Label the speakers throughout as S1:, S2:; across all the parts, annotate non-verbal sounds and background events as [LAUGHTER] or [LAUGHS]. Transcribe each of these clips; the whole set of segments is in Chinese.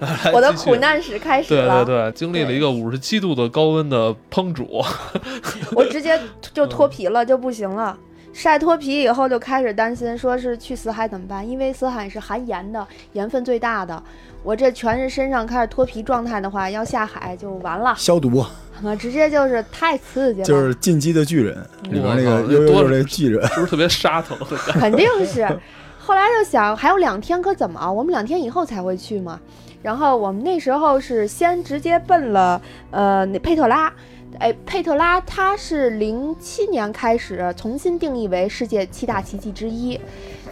S1: [LAUGHS]
S2: 我的苦难史开始
S1: 对对
S2: 了。
S1: 对，经历了一个五十七度的高温的烹煮，
S2: 我直接就
S1: 嗯
S2: 脱皮了，就不行了。晒脱皮以后就开始担心，说是去死海怎么办？因为死海是含盐的，盐分最大的。我这全是身上开始脱皮状态的话，要下海就完了，
S3: 消毒啊
S2: 我直接就是太刺激了，
S3: 就是《进击的巨人》
S2: 嗯
S3: 里边那个
S1: 我靠
S3: 悠悠
S1: 多
S3: 悠的巨
S2: [LAUGHS]
S3: 人，
S1: 是不是特别沙疼？
S2: 肯定是。后来就想还有两天可怎么熬？我们两天以后才会去嘛。然后我们那时候是先直接奔了呃那佩特拉，哎，佩特拉它是零七年开始重新定义为世界七大奇迹之一。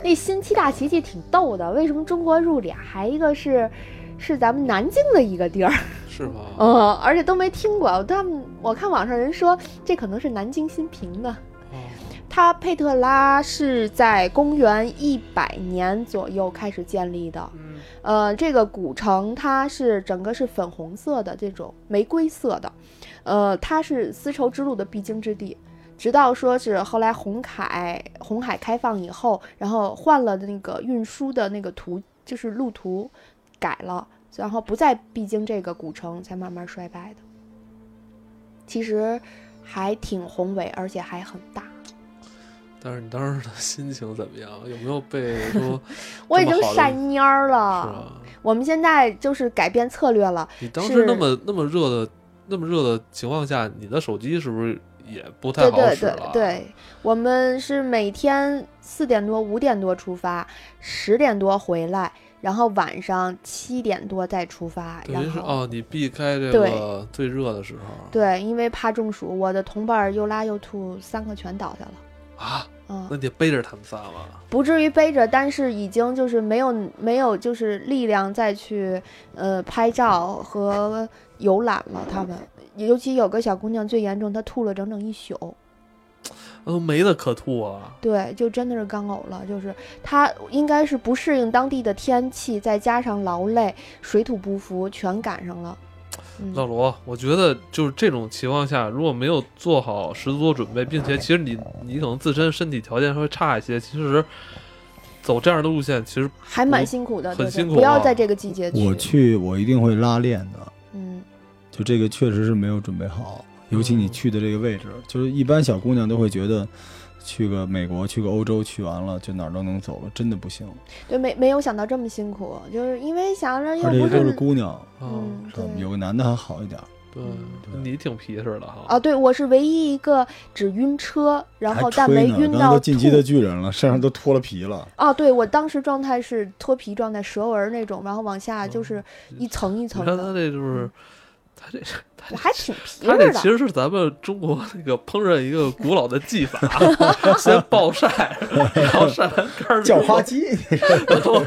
S2: 那新七大奇迹挺逗的，为什么中国入俩？还一个是是咱们南京的一个地儿，
S1: [LAUGHS] 是吧？
S2: 嗯，而且都没听过。他们我看网上人说这可能是南京新平的。它佩特拉是在公元一百年左右开始建立的，
S1: 嗯，
S2: 呃，这个古城它是整个是粉红色的这种玫瑰色的，呃，它是丝绸之路的必经之地。直到说是后来红海红海开放以后，然后换了那个运输的那个途，就是路途改了，然后不再必经这个古城，才慢慢衰败的。其实还挺宏伟，而且还很大。
S1: 但是你当时的心情怎么样？有没有
S2: [LAUGHS]
S1: 被说
S2: 我已
S1: 这
S2: 经
S1: 么好的
S2: 晒蔫儿
S1: 是
S2: 了。
S1: 吧？
S2: 我们现在就是改变策略了，
S1: 你当时
S2: 是
S1: 那么那么热的那么热的情况下，你的手机是不是也不太
S2: 对
S1: 好
S2: 对
S1: 使了
S2: 对？对，我们是每天四点多、五点多出发，十点多回来，然后晚上七点多再出发，
S1: 等于
S2: 然
S1: 是
S2: 后。
S1: 哦，你避开这
S2: 对
S1: 个最热的时候。
S2: 对，因为怕中暑，我的同伴儿又拉又吐，三个全倒下了。
S1: 啊，
S2: 嗯，
S1: 那你得背着他们仨啊吧？
S2: 不至于背着，但是已经就是没有没有就是力量再去呃拍照和游览了。他们尤其有个小姑娘最严重，她吐了整整一宿。
S1: 那都没得可吐啊！
S2: 对，就真的是干呕了，就是她应该是不适应当地的天气，再加上劳累、水土不服，全赶上了。
S1: 老
S2: 嗯，
S1: 罗，我觉得就是这种情况下，如果没有做好十足的准备，并且其实你你可能自身身体条件会差一些，其实走这样的路线其实
S2: 还蛮辛苦的，
S1: 很
S2: 对对
S1: 辛苦
S2: 不要
S1: 啊
S2: 在这个季节
S3: 我
S2: 去。
S3: 去我一定会拉练的，
S2: 嗯，
S3: 就这个确实是没有准备好，尤其你去的这个位置，就是一般小姑娘都会觉得。去个美国，去个欧洲，去完了就哪儿都能走了，真的不行。
S2: 对，没没有想到这么辛苦，就是因为想着又
S3: 而且
S2: 不
S3: 也都是
S2: 是。
S3: 姑娘，
S1: 嗯，
S2: 嗯，
S3: 知
S2: 对
S3: 道吗？。有个男的还好一点，
S1: 对
S3: 对，
S1: 你挺皮实的哈。
S2: 啊，对，我是唯一一个只晕车，然
S3: 还
S2: 后但
S3: 吹
S2: 没
S3: 呢，
S2: 晕
S3: 刚才
S2: 到
S3: 都
S2: 吐
S3: 进。击的巨人了，身上都脱了皮了。
S2: 啊，对我当时状态是脱皮状态，蛇纹那种，然后往下就
S1: 嗯
S2: 是一层一层
S1: 你看他
S2: 的，
S1: 这就是
S2: 嗯，
S1: 他这他这
S2: 我还挺皮
S1: 他
S2: 实
S1: 这其实
S2: 的。
S1: 是咱们中国那个烹饪一个古老的技法， [LAUGHS] 先暴晒，然后晒完干儿之
S3: 叫
S1: 后
S3: 花鸡，
S1: 然后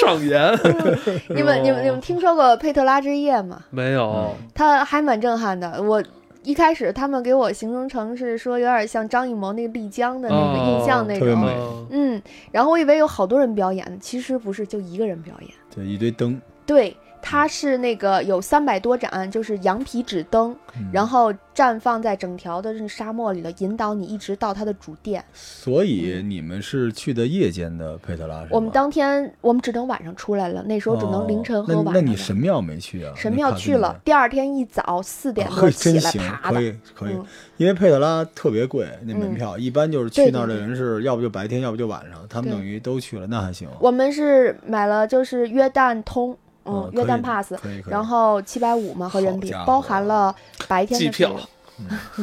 S1: 上盐。
S2: [LAUGHS] 你们你们你们听说过佩特拉之夜吗？
S1: 没有？
S2: 它还蛮震撼的。我一开始他们给我形容成是说有点像张艺谋那个丽江的那个印象
S1: 哦
S2: 那
S3: 特别
S2: 种，
S3: 嗯美
S1: 嗯
S2: 嗯，然后我以为有好多人表演，其实不是，就一个人表演。
S3: [LAUGHS] 对，一堆灯，
S2: 对，它是那个有三百多盏，就是羊皮纸灯，
S3: 嗯
S2: 然后绽放在整条的这个沙漠里了，引导你一直到它的主殿。
S3: 所以你们是去的夜间的佩特拉是吧？
S2: 我们当天我们只能晚上出来了，那时候只能凌晨和
S3: 哦
S2: 晚上
S3: 那
S2: 了。
S3: 你那你神庙没去啊？
S2: 神庙去了，第二天一早四
S3: 那
S2: 点
S3: 卡斯
S2: 多
S3: 米，
S2: 起
S3: 哦 [LAUGHS] 真
S2: 来
S3: 行，
S2: 爬
S3: 可
S2: 的。
S3: 以可以
S2: 嗯，
S3: 因为佩特拉特别贵，那门票一般就是去那儿的
S2: 对对对
S3: 人是要不就白天，要不就晚上，他们
S2: 对
S3: 等于都去了，那还行。
S2: 我们是买了就是约旦通，嗯，
S3: 哦可
S2: 约
S3: 以
S2: 旦 pass，
S3: 可以可以，
S2: 然后七百五嘛合人
S3: 好
S2: 民币
S3: 家，伙
S2: 包含了白天
S1: 机
S2: 的费
S1: 票
S2: 用。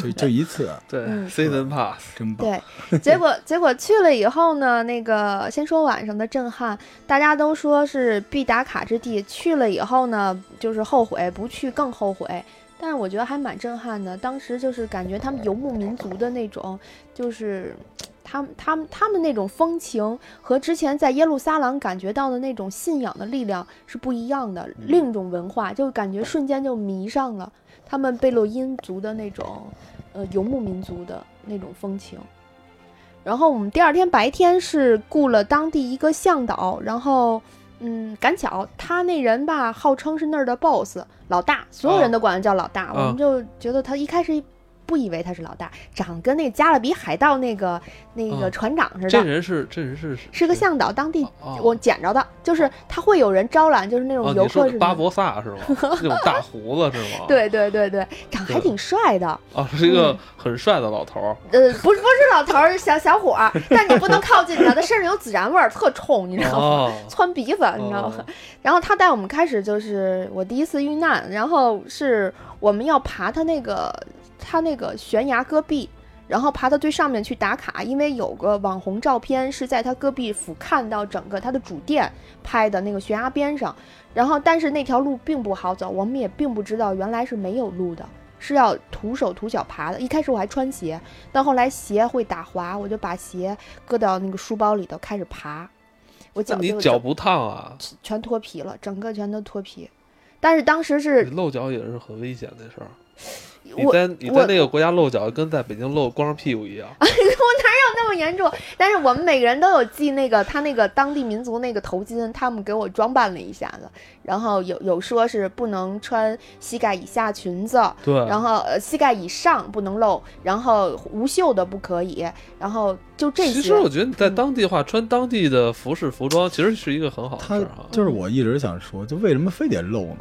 S3: 就就一次，啊
S1: 对
S2: 嗯
S1: ，season pass
S3: 真
S2: [LAUGHS]
S3: 棒。
S2: 对，结果结果去了以后呢，那个先说晚上的震撼，大家都说是必打卡之地，去了以后呢，就是后悔，不去更后悔。但是我觉得还蛮震撼的，当时就是感觉他们游牧民族的那种，就是他们他们他们那种风情和之前在耶路撒冷感觉到的那种信仰的力量是不一样的，另一种文化，就感觉瞬间就迷上了他们贝洛因族的那种，呃，游牧民族的那种风情。然后我们第二天白天是雇了当地一个向导，然后嗯，赶巧他那人吧，
S1: 哦
S2: 号称是那儿的 boss 老大，所有人都管他叫老大，
S1: 啊
S2: 我们就觉得他一开始不以为他是老大，长得跟那加勒比海盗那个那个
S1: 嗯
S2: 船长似
S1: 这
S2: 的，
S1: 人是这人是
S2: 是个向导，当地
S1: 哦
S2: 我捡着的，就是他会有人招揽，就是那种
S1: 哦，
S2: 游
S1: 你说
S2: 客
S1: 的
S2: 是
S1: 巴
S2: 吗？
S1: 博萨
S2: [LAUGHS]
S1: 是吗？那种大胡子是吗？，
S2: 对嗯对对对，长得还
S1: 对
S2: 挺帅的，
S1: 啊，是一个很帅的老头儿。
S2: 呃，不是不是老头儿，小小伙儿，但你不能靠近他，他身上有孜然味儿，特冲，你知道吗？
S1: 哦，
S2: [LAUGHS] 窜鼻子，你知道吗？然后他带我们开始就是我第一次遇难，然后是我们要爬他那个他那个悬崖戈壁，然后爬到最上面去打卡，因为有个网红照片是在他戈壁俯瞰到整个他的主殿拍的那个悬崖边上，然后但是那条路并不好走，我们也并不知道原来是没有路的。是要徒手徒脚爬的，一开始我还穿鞋，但后来鞋会打滑，我就把鞋搁到那个书包里头开始爬，我
S1: 那
S2: 脚
S1: 你
S2: 就
S1: 脚不烫啊？
S2: 全脱皮了，整个全都脱皮。但是当时
S1: 你
S2: 是
S1: 露脚也是很危险的事儿。你
S2: 我
S1: 在你
S2: 我啊
S1: 在那个国家露脚，跟在北京露光着屁股一样。
S2: 那么严重，但是我们每个人都有系那个他那个当地民族那个头巾，他们给我装扮了一下子，然后有有说是不能穿膝盖以下裙子，
S1: 对，
S2: 然后呃膝盖以上不能露，然后无袖的不可以，然后就这
S1: 其实我
S2: 些。
S1: 觉得你在
S2: 嗯
S1: 当地话，穿当地的服饰服装，其实是一个很好的事
S4: 他
S1: 儿哈。
S4: 就是我一直想说，就为什么非得露呢？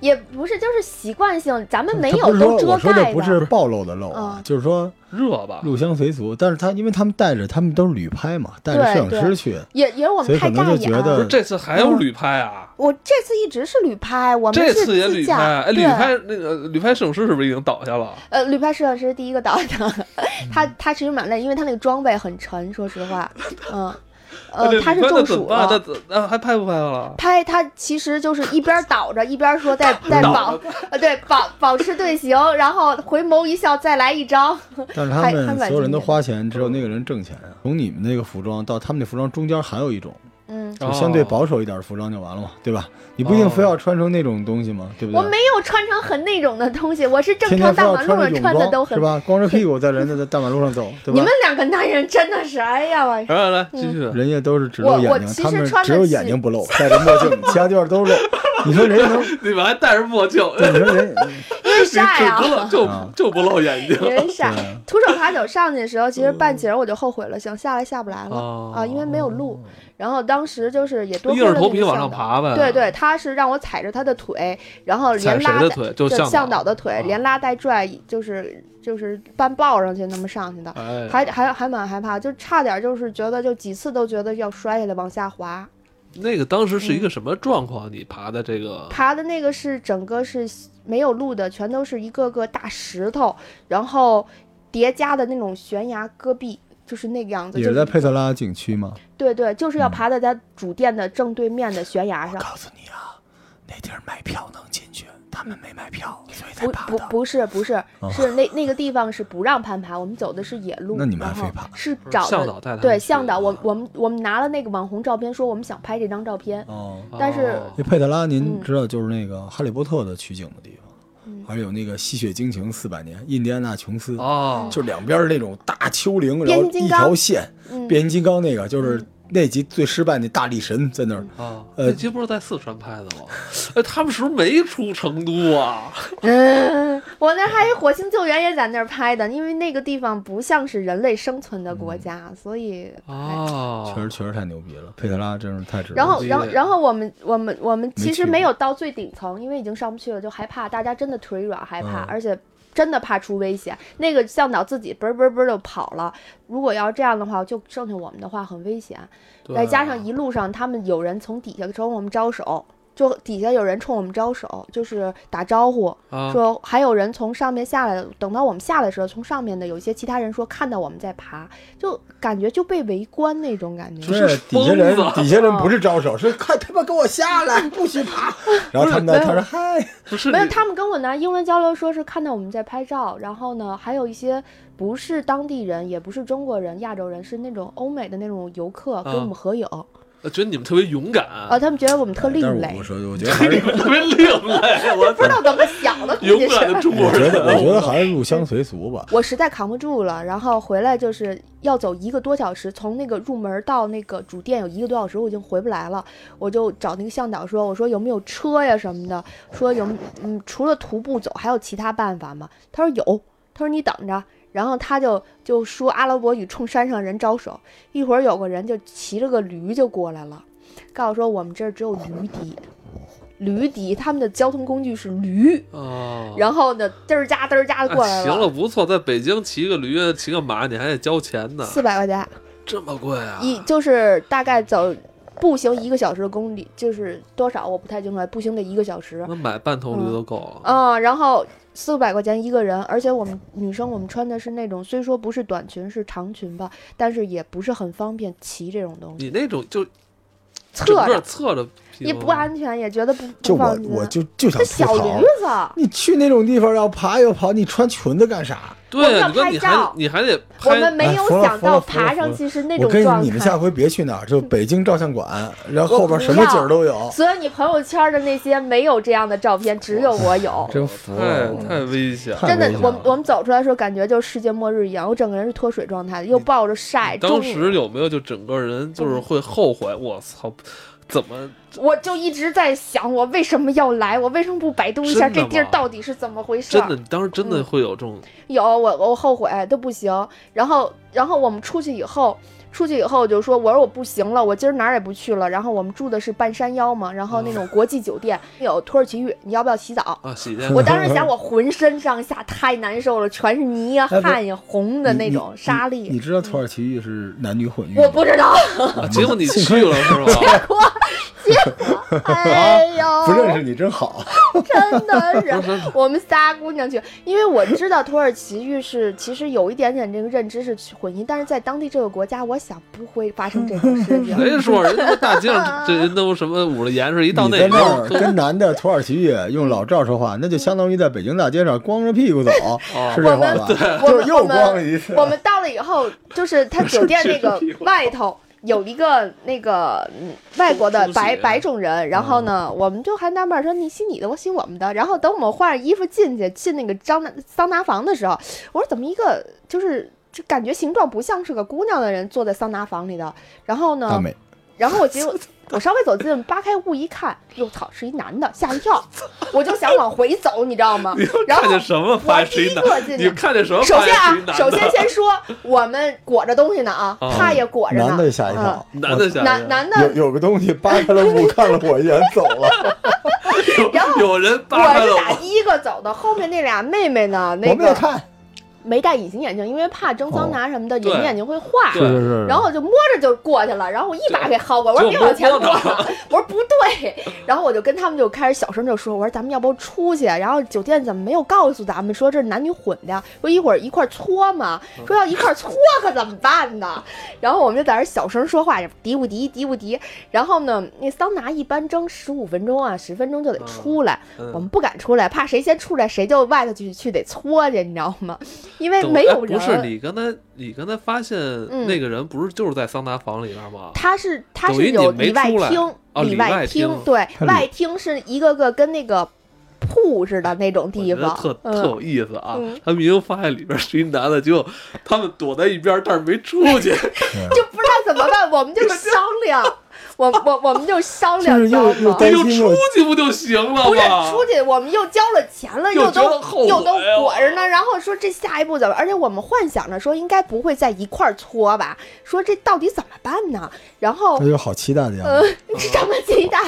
S2: 也不是就是习惯性，咱们没
S4: 他不
S2: 有
S4: 是说
S2: 都遮
S4: 我说
S2: 盖
S4: 的
S2: 的。
S4: 不是暴露的露啊
S2: 嗯，
S4: 就是说
S1: 热吧？
S4: 入乡随俗。但是他因为他们带着，他们都是旅拍嘛，带着摄影师去，
S2: 也也是我
S4: 所
S2: 们
S4: 以
S2: 太
S4: 可能
S2: 大
S4: 就
S2: 意
S4: 觉
S1: 不
S4: 得
S2: 了。
S1: 是这次还有旅拍啊？
S2: 我这次一直是旅拍，我们
S1: 这
S2: 是
S1: 次也
S2: 啊自
S1: 旅
S2: 驾
S1: 拍，哎，旅
S2: 对
S1: 拍那个旅拍摄影师是不是已经倒下了？
S2: 呃，旅拍摄影师第一个导的，
S1: 嗯
S2: 他他其实蛮累，因为他那个装备很沉，说实
S1: [LAUGHS]
S2: 话，嗯，
S1: 那
S2: 呃，
S1: 哎这
S2: 他是
S1: 哎旅拍那
S2: 中
S1: 怎么
S2: 暑
S1: 办？那
S2: 了。
S1: 怎那还拍不拍了？
S2: 拍他其实就是一边倒着，一
S1: [LAUGHS]
S2: 边说在在保
S1: 倒，
S2: 呃对保保持队形，然后回眸一笑，再来一张。
S4: 但是
S2: 还
S4: 他
S2: 还
S4: 们
S2: 蛮
S4: 所
S2: 经
S4: 有人都
S2: 典的
S4: 花钱，只有那个人挣钱啊。从你们那个服装到他们那服装中间还有一种，
S2: 嗯，
S4: 就相对
S1: 哦
S4: 保守一点的服装就完了嘛，对吧？你不一定非要穿成那种东西嘛，对
S2: 嗯
S4: 不
S2: 我
S4: 对？
S2: 没有穿成很那种的东西，我是正
S4: 天
S2: 常
S4: 天非
S2: 大
S4: 要
S2: 马路上
S4: 着
S2: 穿的
S4: 泳
S2: 都
S4: 装是
S2: 很。
S4: 吧？光着屁股
S2: [LAUGHS]
S4: 在人家在大马路上走，对
S2: 你
S4: 吧
S2: 们？两个男人真的是，哎呀我。 [LAUGHS]
S1: 来来来，继续。
S4: 人家都是只
S2: 我
S4: 露
S2: 我
S4: 眼睛，
S2: 其
S4: 他
S2: 实
S4: 们
S2: 穿
S4: 只
S2: 的
S4: 有
S2: 是
S4: 眼睛不露，戴着墨镜，其他地方都露。你说人家能？
S1: [LAUGHS] 你们还戴着墨
S2: [LAUGHS]
S1: 镜，
S4: 对你说人家
S1: 你 [LAUGHS] 只
S2: 晒啊
S1: 不露就
S4: 啊
S1: 就不露眼睛。 [LAUGHS]
S2: 人傻
S4: 对啊，
S2: 徒手爬九上去的时候，其实半截儿我就后悔了，想下来下不来了、
S1: 哦
S2: 啊，因为没有路。然后当时就是也多亏
S1: 硬
S2: 了
S1: 着
S2: 那
S1: 头
S2: 个
S1: 皮往
S2: 向
S1: 上
S2: 导。
S1: 爬呗。
S2: 对对，他是让我踩着他的腿，然后
S1: 踩
S2: 连
S1: 谁
S2: 拉
S1: 的
S2: 带
S1: 腿？就
S2: 就
S1: 向
S2: 导的腿，
S1: 啊
S2: 连拉带拽，就是就是半抱上去那么上去的，
S1: 哎，
S2: 还还还蛮害怕，就差点就是觉得就几次都觉得要摔下来往下滑。
S1: 那个当时是一个什么状况？你爬的这个
S2: 爬的那个是整个是没有路的，全都是一个个大石头，然后叠加的那种悬崖戈壁，就是那个样子。
S4: 也
S2: 就是
S4: 在嗯佩特拉景区吗？
S2: 对对，就是要爬在它主殿的正对面的悬崖上。
S4: 告诉你啊，那地儿买票能进去，他们没买票，所以才
S2: 不不不是不是，
S4: 哦
S2: 是那那个地方是不让攀爬，我们走的是野路。
S4: 那你们还
S2: 然后
S4: 非爬
S2: 是找
S1: 向
S2: 的
S1: 导带他们
S2: 对
S1: 去
S2: 向导，
S1: 的啊
S2: 我我们我们拿了那个网红照片，说我们想拍这张照片。
S4: 哦，
S2: 但是
S1: 哦
S4: 那佩特拉您
S2: 嗯
S4: 知道就是那个《哈利波特》的取景的地
S2: 嗯
S4: 方，还有那个《吸血惊情四百年》，印第安纳琼斯，
S1: 哦，
S4: 就两边儿那种大丘陵，然
S2: 变
S4: 后
S2: 形金
S4: 一
S2: 刚
S4: 条线，
S2: 嗯，
S4: 变形金刚那个就是那集最失败那大力神在那
S2: 嗯
S4: 儿，
S1: 啊，
S4: 呃
S1: 那期不是在四川拍的吗？哎，他们是不是没出成都啊？
S2: 嗯，我那还有火星救援也在那儿拍的，因为那个地方不像是人类生存的
S4: 嗯
S2: 国家，所以哎
S1: 哦，
S4: 确实确实太牛逼了，佩特拉真是太值了。
S2: 然后，
S1: 这
S2: 然后，
S1: 个
S2: 然后我们我们我们其
S4: 没
S2: 实
S4: 去
S2: 没有到最顶层，因为已经上不去了，就害怕，大家真的腿软，害怕，
S4: 嗯
S2: 而且真的怕出危险。那个向导自己嘣儿嘣儿嘣儿就跑了。如果要这样的话，就剩下我们的话很危险。
S1: 对啊
S2: 再加上一路上他们有人从底下冲我们招手，就底下有人冲我们招手，就是打招呼，
S1: 啊，
S2: 说还有人从上面下来，等到我们下来的时候，从上面的有一些其他人说看到我们在爬，就感觉就被围观那种感觉
S4: 不。是底下人
S1: 疯，子
S4: 底下人
S2: 嗯
S4: 不是招手，是快他妈给我下来，不许爬。
S2: [LAUGHS]
S4: 然后他们在他说嗨，
S1: 不是
S2: 嗯
S1: [LAUGHS]
S2: 没有，
S1: 你
S2: 他们跟我拿英文交流，说是看到我们在拍照，然后呢，还有一些不是当地人，也不是中国人、亚洲人，是那种欧美的那种游客跟我们合影，啊、
S1: 我觉得你们特别勇敢，
S2: 他们觉得我们特另
S4: 但是
S2: 类
S4: 我，说，我觉得还
S1: [LAUGHS]
S4: 是
S1: 你，们特
S2: [LAUGHS]
S1: 别另类，我
S2: 不知道怎么想
S1: [LAUGHS]
S2: 的，估
S1: 勇
S2: 计
S1: 敢的
S2: 是。
S1: 中国
S4: 我觉
S1: 人，
S4: 得我觉得还是入乡随俗吧。
S2: 我实在扛不住了，然后回来就是要走一个多小时，从那个入门到那个主店有一个多小时，我已经回不来了。我就找那个向导说：“我说有没有车呀什么的？说有，嗯，除了徒步走还有其他办法吗？”他说有，他说你等着，然后他就就说阿拉伯语冲山上人招手。一会儿有个人就骑着个驴就过来了，告诉说我们这儿只有驴笛，驴笛他们的交通工具是驴。
S1: 哦，
S2: 然后呢，嘚儿加嘚儿加的过来
S1: 哎行了，不错，在北京骑个驴、骑个马，你还得交钱呢，
S2: 四百块钱
S1: 这么贵啊？
S2: 一就是大概走步行一个小时的公里，就是多少我不太清楚，步行得一个小时。
S1: 那买半头驴都够了。
S2: 啊、然后四百块钱一个人，而且我们女生我们穿的是那种虽说不是短裙是长裙吧，但是也不是很方便骑这种东西，
S1: 你那种就整
S2: 侧
S1: 个
S2: 着
S1: 侧着屁股，
S2: 也不啊安全，也觉得不
S4: 就
S2: 不
S4: 我
S2: 放心。
S4: 我就就想
S2: 那
S4: 吐
S2: 小
S4: 槽
S2: 驴，子，
S4: 你去那种地方要爬又跑，你穿裙子干啥？
S2: 我
S1: 对
S2: 们
S1: 啊，
S2: 要
S1: 你说你
S2: 拍照
S1: 还你还得
S2: 我
S1: 拍
S2: 们没有
S4: 哎服了
S2: 想到
S4: 服了服了
S2: 爬上
S4: 服了
S2: 去是那
S4: 我
S2: 种
S4: 跟你
S2: 状
S4: 你们下
S2: 态。
S4: 回别去哪儿，就北京照相馆，然后后
S2: 我
S4: 边什
S2: 不
S4: 么
S2: 要
S4: 景儿都有。
S2: 所以你朋友圈的那些没有这样的照片，只有我有。
S3: 真服
S1: 太哎
S4: 嗯
S1: 太危险了。
S4: 太
S2: 真的
S4: 危险，
S2: 我
S4: 了
S2: 们我们走出来的时候，感觉就是世界末日一样，我整个人是脱水状态的，又抱着晒。中
S1: 当
S2: 午
S1: 时有没有就整个人就是会后悔？
S2: 嗯
S1: 我操，怎么
S2: 我就一直在想，我为什么要来？我为什么不百度一下
S1: 真的
S2: 这
S1: 吗
S2: 地儿到底是怎么回事
S1: 真
S2: 儿？
S1: 的？你当时真的
S2: 嗯
S1: 会有这种
S2: 有我我后悔哎都不行。然后然后我们出去以后，出去以后我就说，我说我不行了，我今儿哪儿也不去了。然后我们住的是半山腰嘛，然后那种国际酒店、有土耳其浴，你要不要洗澡？
S1: 啊洗
S2: [LAUGHS]
S1: 天
S2: 嗯我当时想，我浑身上下太难受了，全是泥呀、
S3: 哎不是
S2: 汗呀、红的那种
S3: 你
S2: 沙
S3: 你
S2: 粒。
S3: 你知道土耳其浴是男女混浴吗？
S2: 我不知道，
S1: 啊？结果你去了是吧？
S2: [LAUGHS] 哎呦，
S4: [LAUGHS] 不认识你真好。
S2: 真的是我们仨姑娘去，因为我知道土耳其浴是其实有一点点这个认知是混音，但是在当地这个国家，我想不会发生这种事
S4: [LAUGHS] 哎
S2: 情。
S1: 谁说人他妈大街上这人都什么捂着严实，一到
S4: 你在
S1: 那
S4: 那儿
S1: 边
S4: 跟男的土耳其浴用老赵说话，那就相当于在北京大街上光着屁股走，
S1: 哦
S4: 是这话吧？
S2: [LAUGHS] 我
S4: 就是
S2: 们我
S4: 又光了
S2: 们
S4: 一次。
S1: [LAUGHS]
S2: 我们到了以后，就是他酒店那个外头。有一个那个嗯外国的
S1: 中
S2: 白
S1: 中介嗯
S2: 白种人，然后呢，我们就还纳闷儿说你洗你的，我洗我们的。然后等我们换上衣服进去进那个桑拿桑拿房的时候，我说怎么一个就是就感觉形状不像是个姑娘的人坐在桑拿房里的。然后
S4: 大
S2: 呢，
S4: 美，
S2: 然后我结果我稍微走近，扒开雾一看，哟操，是一男的，吓一跳。我就想往回走，你知道吗？然
S1: 看
S2: 后
S1: 见什么 [LAUGHS]
S2: 我
S1: 发
S2: 第
S1: 谁
S2: 一
S1: 呢？
S2: 个进
S1: 你
S2: 去。
S1: 看见什么
S2: [LAUGHS] 首
S1: 发
S2: 先
S1: 谁
S2: 啊，
S1: 呢？
S2: 首先先说，我们裹着东西呢啊，
S1: 啊
S2: 他也裹着呢。
S4: 男的吓
S2: 嗯
S4: 一跳，
S1: 男的想
S2: 男男
S4: 有
S2: 的，
S4: 有个东西扒开了雾，看了我一眼走
S2: [LAUGHS]
S4: 了。
S2: 然
S1: [LAUGHS]
S2: 后
S1: 有人扒
S2: 我
S1: 开了
S2: 是打第一个走的，后面那俩妹妹呢，那
S4: 我们也
S2: 个
S4: 看，
S2: 没戴隐形眼镜，因为怕蒸桑拿什么的，隐
S1: 对
S2: 形眼镜会坏。
S1: 对
S3: 是是。
S2: 然后我就摸着就过去了，然后我一把给薅过，我
S1: 嗯就
S2: 说别往前
S1: 就
S2: 过
S1: 摸着
S2: 了，我说不对，然后我就跟他们就开始小声就说，我说咱们要不出去，啊然后酒店怎么没有告诉咱们说这是男女混的呀？说一会儿一块儿搓嘛，
S1: 嗯
S2: 说要一块儿搓可怎么办呢？然后我们就在那儿小声说话，嘀咕嘀嘀咕嘀，然后呢，那桑拿一般蒸十五分钟啊，十分钟就得出来，
S1: 嗯
S2: 我们不敢出来，怕谁先出来谁就外头去去得搓去，你知道吗？因为
S1: 等
S2: 没
S1: 哎
S2: 有人。
S1: 不是你刚才，你刚才发现那个人不是就是在桑拿房里边吗？
S2: 它是它
S1: 等于
S2: 是
S1: 你
S2: 有
S1: 没
S2: 里外
S1: 出来
S2: 厅，
S1: 哦里外
S2: 外
S1: 厅
S2: 对，
S3: 它里
S2: 外厅是一个个跟那个铺似的那种
S1: 我
S2: 地
S1: 觉得
S2: 方，
S1: 特特
S2: 嗯，
S1: 有意思啊
S2: 嗯！
S1: 他明明发现里边是一男的，结果他们躲在一边，但是没出
S2: [LAUGHS]
S1: 去。
S2: 就不知道怎么办，我们就商量，我我我们就商量，
S4: 就是
S2: 知道
S4: 又又
S2: 吗？
S4: 担
S1: 就
S4: 心
S1: 出
S4: 又
S1: 去不就行了
S2: 不是
S1: 吗？
S2: 出去，我们又交了钱了，
S1: 啊又
S2: 又都
S1: 觉得后悔
S2: 又都
S1: 啊
S2: 裹着呢。然后说这下一步怎么？而且我们幻想着说应该不会在一块儿搓吧？说这到底怎么办呢？然后
S4: 他就好期待的样
S2: 呃
S1: 嗯
S2: [LAUGHS]
S4: 子。，
S2: 什么期待？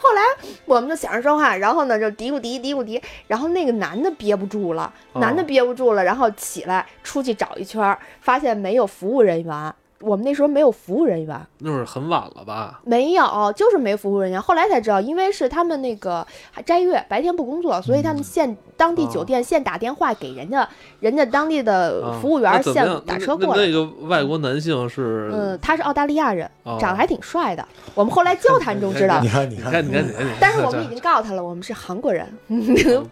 S2: 后来我们就想着说话，然后呢就嘀咕嘀嘀咕嘀，然后那个男的憋不住了，男的
S1: 哦
S2: 憋不住了，然后起来出去找一圈儿，发现没有服务人员。我们那时候没有服务人员，
S1: 那会儿很晚了吧？
S2: 没有，就是没服务人员。后来才知道，因为是他们那个还斋月白天不工作，所以他们现当地
S1: 嗯
S2: 酒
S1: 哦
S2: 店现打电话给人家，人家当地的
S1: 啊
S2: 呃服务员
S1: 那
S2: 儿
S1: 怎么
S2: 现
S1: 样？
S2: 打
S1: 那
S2: 车
S1: 那
S2: 过来
S1: 那。个外国男性是
S2: 嗯，他是澳大利亚人，
S1: 哦
S2: 长得还挺帅的。我们后来交谈中知
S1: [LAUGHS]
S2: 道
S4: 你，看，你
S1: 你
S4: 看，
S1: 看，你看，你看， [LAUGHS] 你看
S2: 但是我们已经告他了，我们是韩国人，[LAUGHS]
S4: 嗯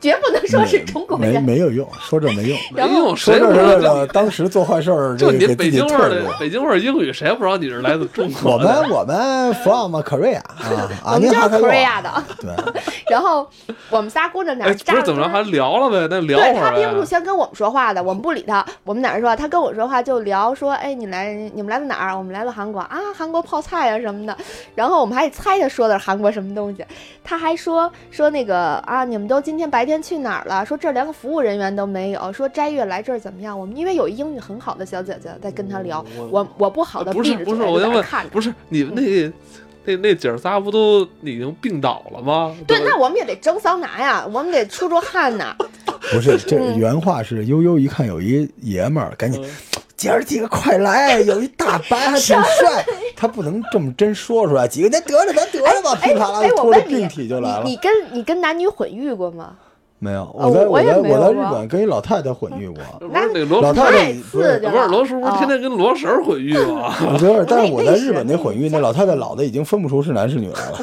S2: 绝不能说是中国
S4: 没
S2: 人。
S4: 没有用，说这没用。
S1: [LAUGHS] 没
S2: 然后
S1: 用，
S4: 说
S1: 谁
S4: 这
S1: 不
S4: 是为
S1: 知道？
S4: 了当时做坏事儿，
S1: 就
S4: 这
S1: 你
S4: 个给
S1: 北
S4: 自己
S1: 京味儿
S4: 退
S1: 的
S4: 了。
S1: 北京味儿点英语，谁不知道你是来自中
S4: [LAUGHS] 我
S1: 国
S4: 们
S1: 的？
S4: 我们 from Korea 啊，啊
S2: 我们
S4: 您
S2: 就是
S4: 还可以
S2: Korea 的，
S4: 对，
S2: 然后我们仨搁着哪
S1: 哎，
S2: 儿
S1: 不
S2: 扎
S1: 是
S2: 着
S1: 怎么着，
S2: 根儿
S1: 还聊了呗？那聊
S2: 对
S1: 会
S2: 他
S1: 儿
S2: 憋不住
S1: 呗。
S2: 先跟我们说话的，我们不理他，我们哪儿说他跟我说话就聊说，哎，你来你们来自哪儿？我们来自韩国啊，韩国泡菜啊什么的。然后我们还得猜他说的是韩国什么东西。他还说说那个啊，你们都今天白天去哪儿了？说这儿连个服务人员都没有，说斋月来这儿怎么样？我们因为有一英语很好的小姐姐在跟他聊，
S1: 我
S2: 我我不好的
S1: 啊不是
S2: 闭着
S1: 不
S2: 嘴
S1: 是，我
S2: 就在
S1: 先
S2: 那
S1: 问
S2: 儿看着，
S1: 不是你们那那那姐儿仨不都已经病倒了吗？
S2: 对，
S1: 吧
S2: 那我们也得蒸桑拿呀，我们得出出汗
S1: [LAUGHS]
S2: 呐。
S4: 不是这
S2: 嗯
S4: 原话是悠悠一看有一爷们儿，赶紧
S1: 嗯
S4: 姐儿几个快来，有一大白还挺
S2: [LAUGHS]
S4: 帅，他不能这么真说出来，几个咱得了咱得了吧，
S2: 哎
S4: 噼啪啦
S2: 哎，我
S4: 拖着
S2: 问你
S4: 病体就来了
S2: 你，你。跟你跟男女混浴过吗？
S4: 没有，
S2: 哦
S4: 我在
S2: 我
S4: 我
S2: 也
S4: 在
S2: 没有啊
S4: 我在日
S2: 过
S4: 本跟一老太太混浴过，
S1: 不
S2: 那
S1: 是啊那罗
S4: 老太太
S2: 太
S4: 你
S2: 刺激了，
S1: 不是罗叔，不是天
S2: 啊
S1: 天跟罗婶儿混浴
S2: [LAUGHS]
S1: 吗？
S4: 我觉得，但是我在
S2: 那
S4: 日本
S2: 那
S4: 那
S2: 是
S4: 混浴，那老太太老的已经分不出是男是
S2: [LAUGHS]
S4: 女来了。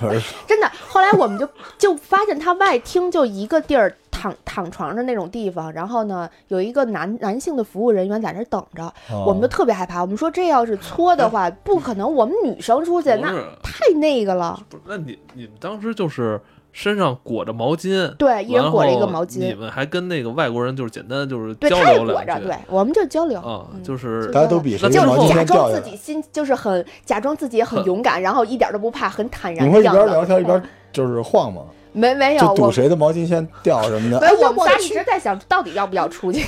S4: 我说
S2: 真的。后来我们就就发现他外厅就一个地儿躺躺床上那种地方，然后呢有一个男男性的服务人员在那儿等
S1: 哦
S2: 着， [LAUGHS]
S4: 哦
S2: 我们就特别害怕。我们说这要是搓的话，不可能，我们女生出去
S1: 不
S2: 那
S1: 是，
S2: 太那个了。
S1: 不是，那你你们当时就是身上裹着毛巾，
S2: 对，一人裹着一个毛
S1: 然后你
S2: 巾，
S1: 们还跟那个外国人就是简单就是
S2: 对，
S1: 交
S2: 他也
S1: 流
S2: 裹
S1: 两
S2: 着，
S1: 句
S2: 对，我们就交流
S1: 啊，
S2: 嗯
S1: 就是
S4: 大家都比
S1: 那
S4: 谁的
S2: 就
S4: 毛
S2: 是
S4: 巾
S2: 假
S4: 先掉
S2: 装
S4: 下
S2: 自
S4: 来
S2: 己。心就是很假装自己很
S1: 很
S2: 勇敢，然后一点都不怕，很坦
S4: 你
S2: 然
S4: 会
S2: 的
S4: 一
S2: 样
S4: 边聊
S2: 子。
S4: 天一边就是晃吗？
S2: 没没有
S4: 就
S2: 嗯啊我啊
S4: 赌。谁的毛巾先掉什么的。
S2: 没
S4: 哎
S2: 有，
S4: 呀
S2: 我们仨一
S4: 去
S2: 直在想，到底要不要出去？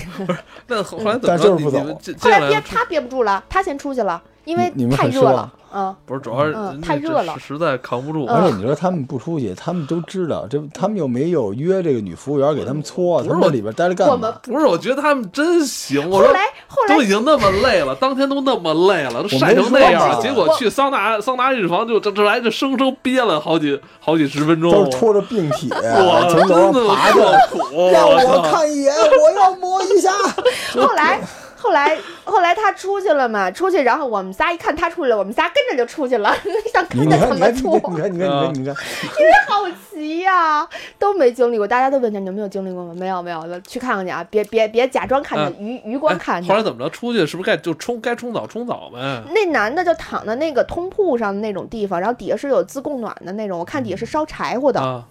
S1: 那后来怎么
S4: 但
S1: 着？
S4: 就是
S1: 你
S4: 不
S1: 你
S4: 走
S1: 们接接
S2: 后
S1: 下
S2: 来憋
S1: 来
S2: 他憋不住了，他先出去了，因为
S4: 你你们
S2: 太
S4: 很
S2: 热
S4: 失望
S2: 了。嗯，
S1: 不是主要是
S2: 嗯
S1: 人家
S2: 太
S1: 这
S2: 热了
S1: 实实在扛不住。
S2: 嗯
S4: 而且你说他们不出去，他们都知道，这他们又没有约这个女服务员给他们搓，啊
S1: 不是
S4: 他们在里边待着
S2: 我
S4: 干
S2: 们
S4: 嘛？
S1: 不是，我觉得他们真行。我
S2: 后
S1: 说
S2: 来后来
S1: 都已经那么累了，当天都那么累了，都晒成那样了，
S4: 我没说
S1: 结果去桑拿桑拿浴房就这这来这生生憋了好几好几十分钟。
S4: 都是拖着病体
S1: [LAUGHS] 我真
S4: 从楼
S1: 的
S4: 上爬下来，
S1: 特苦，
S4: 让
S1: 操
S4: 我看一眼，我要摸一下。
S2: 后来后来后来他出去了嘛，出去，然后我们仨一看他出去了，我们仨跟着就出去了， [LAUGHS] 想
S4: 你
S2: 看
S4: 你
S2: 他
S4: 看
S2: [LAUGHS] 怎么
S4: 你看你 [LAUGHS]
S2: 搓，
S4: 看你看你看
S1: 嗯
S4: 你看，
S2: 好奇呀、都没经历过。大家都问他你们有经历过吗？没有没有，去看看去啊！别别别假装看
S1: 嗯
S2: 见，余余光看
S1: 哎后来
S2: 见。
S1: 怎么着？出去是不是该就冲该冲澡冲澡呗？
S2: 那男的就躺在那个通铺上的那种地方，然后底下是有自供暖的那种，我看底下是烧柴火的，
S1: 啊，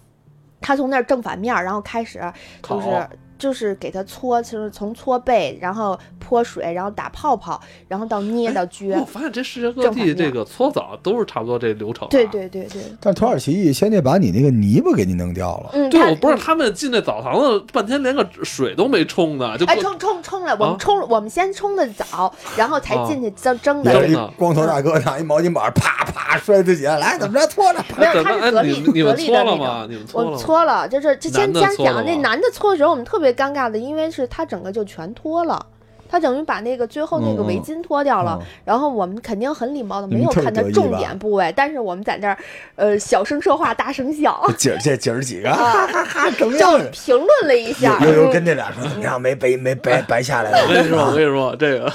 S2: 他从那儿正反面儿，然后开始就
S1: 烤
S2: 是就是给他搓，就是从搓背，然后泼水，然后打泡泡，然后到捏到撅
S1: 哎我。发现这世界各
S2: 正反
S1: 地
S2: 面
S1: 这个搓澡都是差不多这流程、啊。
S2: 对。对对对，
S4: 但土耳其先得把你那个泥巴给你弄掉了。
S2: 嗯，
S1: 对，
S2: 他
S1: 我不知道他们进那澡堂子半天连个水都没冲呢，就
S2: 哎，
S1: 过
S2: 冲冲冲了，我
S1: 啊
S2: 们冲，我们先冲的澡，然后才
S1: 啊
S2: 进去蒸
S1: [LAUGHS]
S2: 蒸
S4: 你
S2: 的
S4: 要
S1: 有
S4: 一
S2: 那
S1: 点
S2: 个。
S4: 光头大哥拿一毛巾板，啪啪摔自己，来怎么着
S2: [LAUGHS]
S4: 搓着，
S2: 没有，
S1: 怎
S2: 他
S1: 么
S2: 是
S1: 哎
S2: 格
S1: 你
S2: 力
S1: 们你
S2: 格
S1: 们
S2: 力
S1: 搓
S2: 的
S1: 了
S2: 那
S1: 吗？
S2: 种。
S1: 你们搓
S2: 我
S1: 了 [LAUGHS]
S2: 们
S1: 吗？
S2: 搓了，就是这先
S1: 男的
S2: 先
S1: 搓了
S2: 讲那
S1: 吗
S2: 男的搓的时候，我们特别尴尬的，因为是他整个就全脱了。他等于把那个最后那个
S4: 嗯嗯
S2: 围巾脱掉了，
S4: 嗯
S2: 然后我们肯定很礼貌的，
S4: 你
S2: 没
S4: 们
S2: 有
S4: 特
S2: 看他
S4: 得意
S2: 重
S4: 吧
S2: 点部位，但是我们在那儿，呃，小声说话，大声
S4: [LAUGHS]
S2: 笑，
S4: 姐儿这姐儿几个，哈哈哈，怎么
S2: 就
S4: 样？
S2: 评论了一下啊儿。
S4: 悠悠
S2: 嗯
S4: 跟这俩说怎么样？没白没白白下来了。
S1: 我跟你说，我跟你说，这 [LAUGHS] 个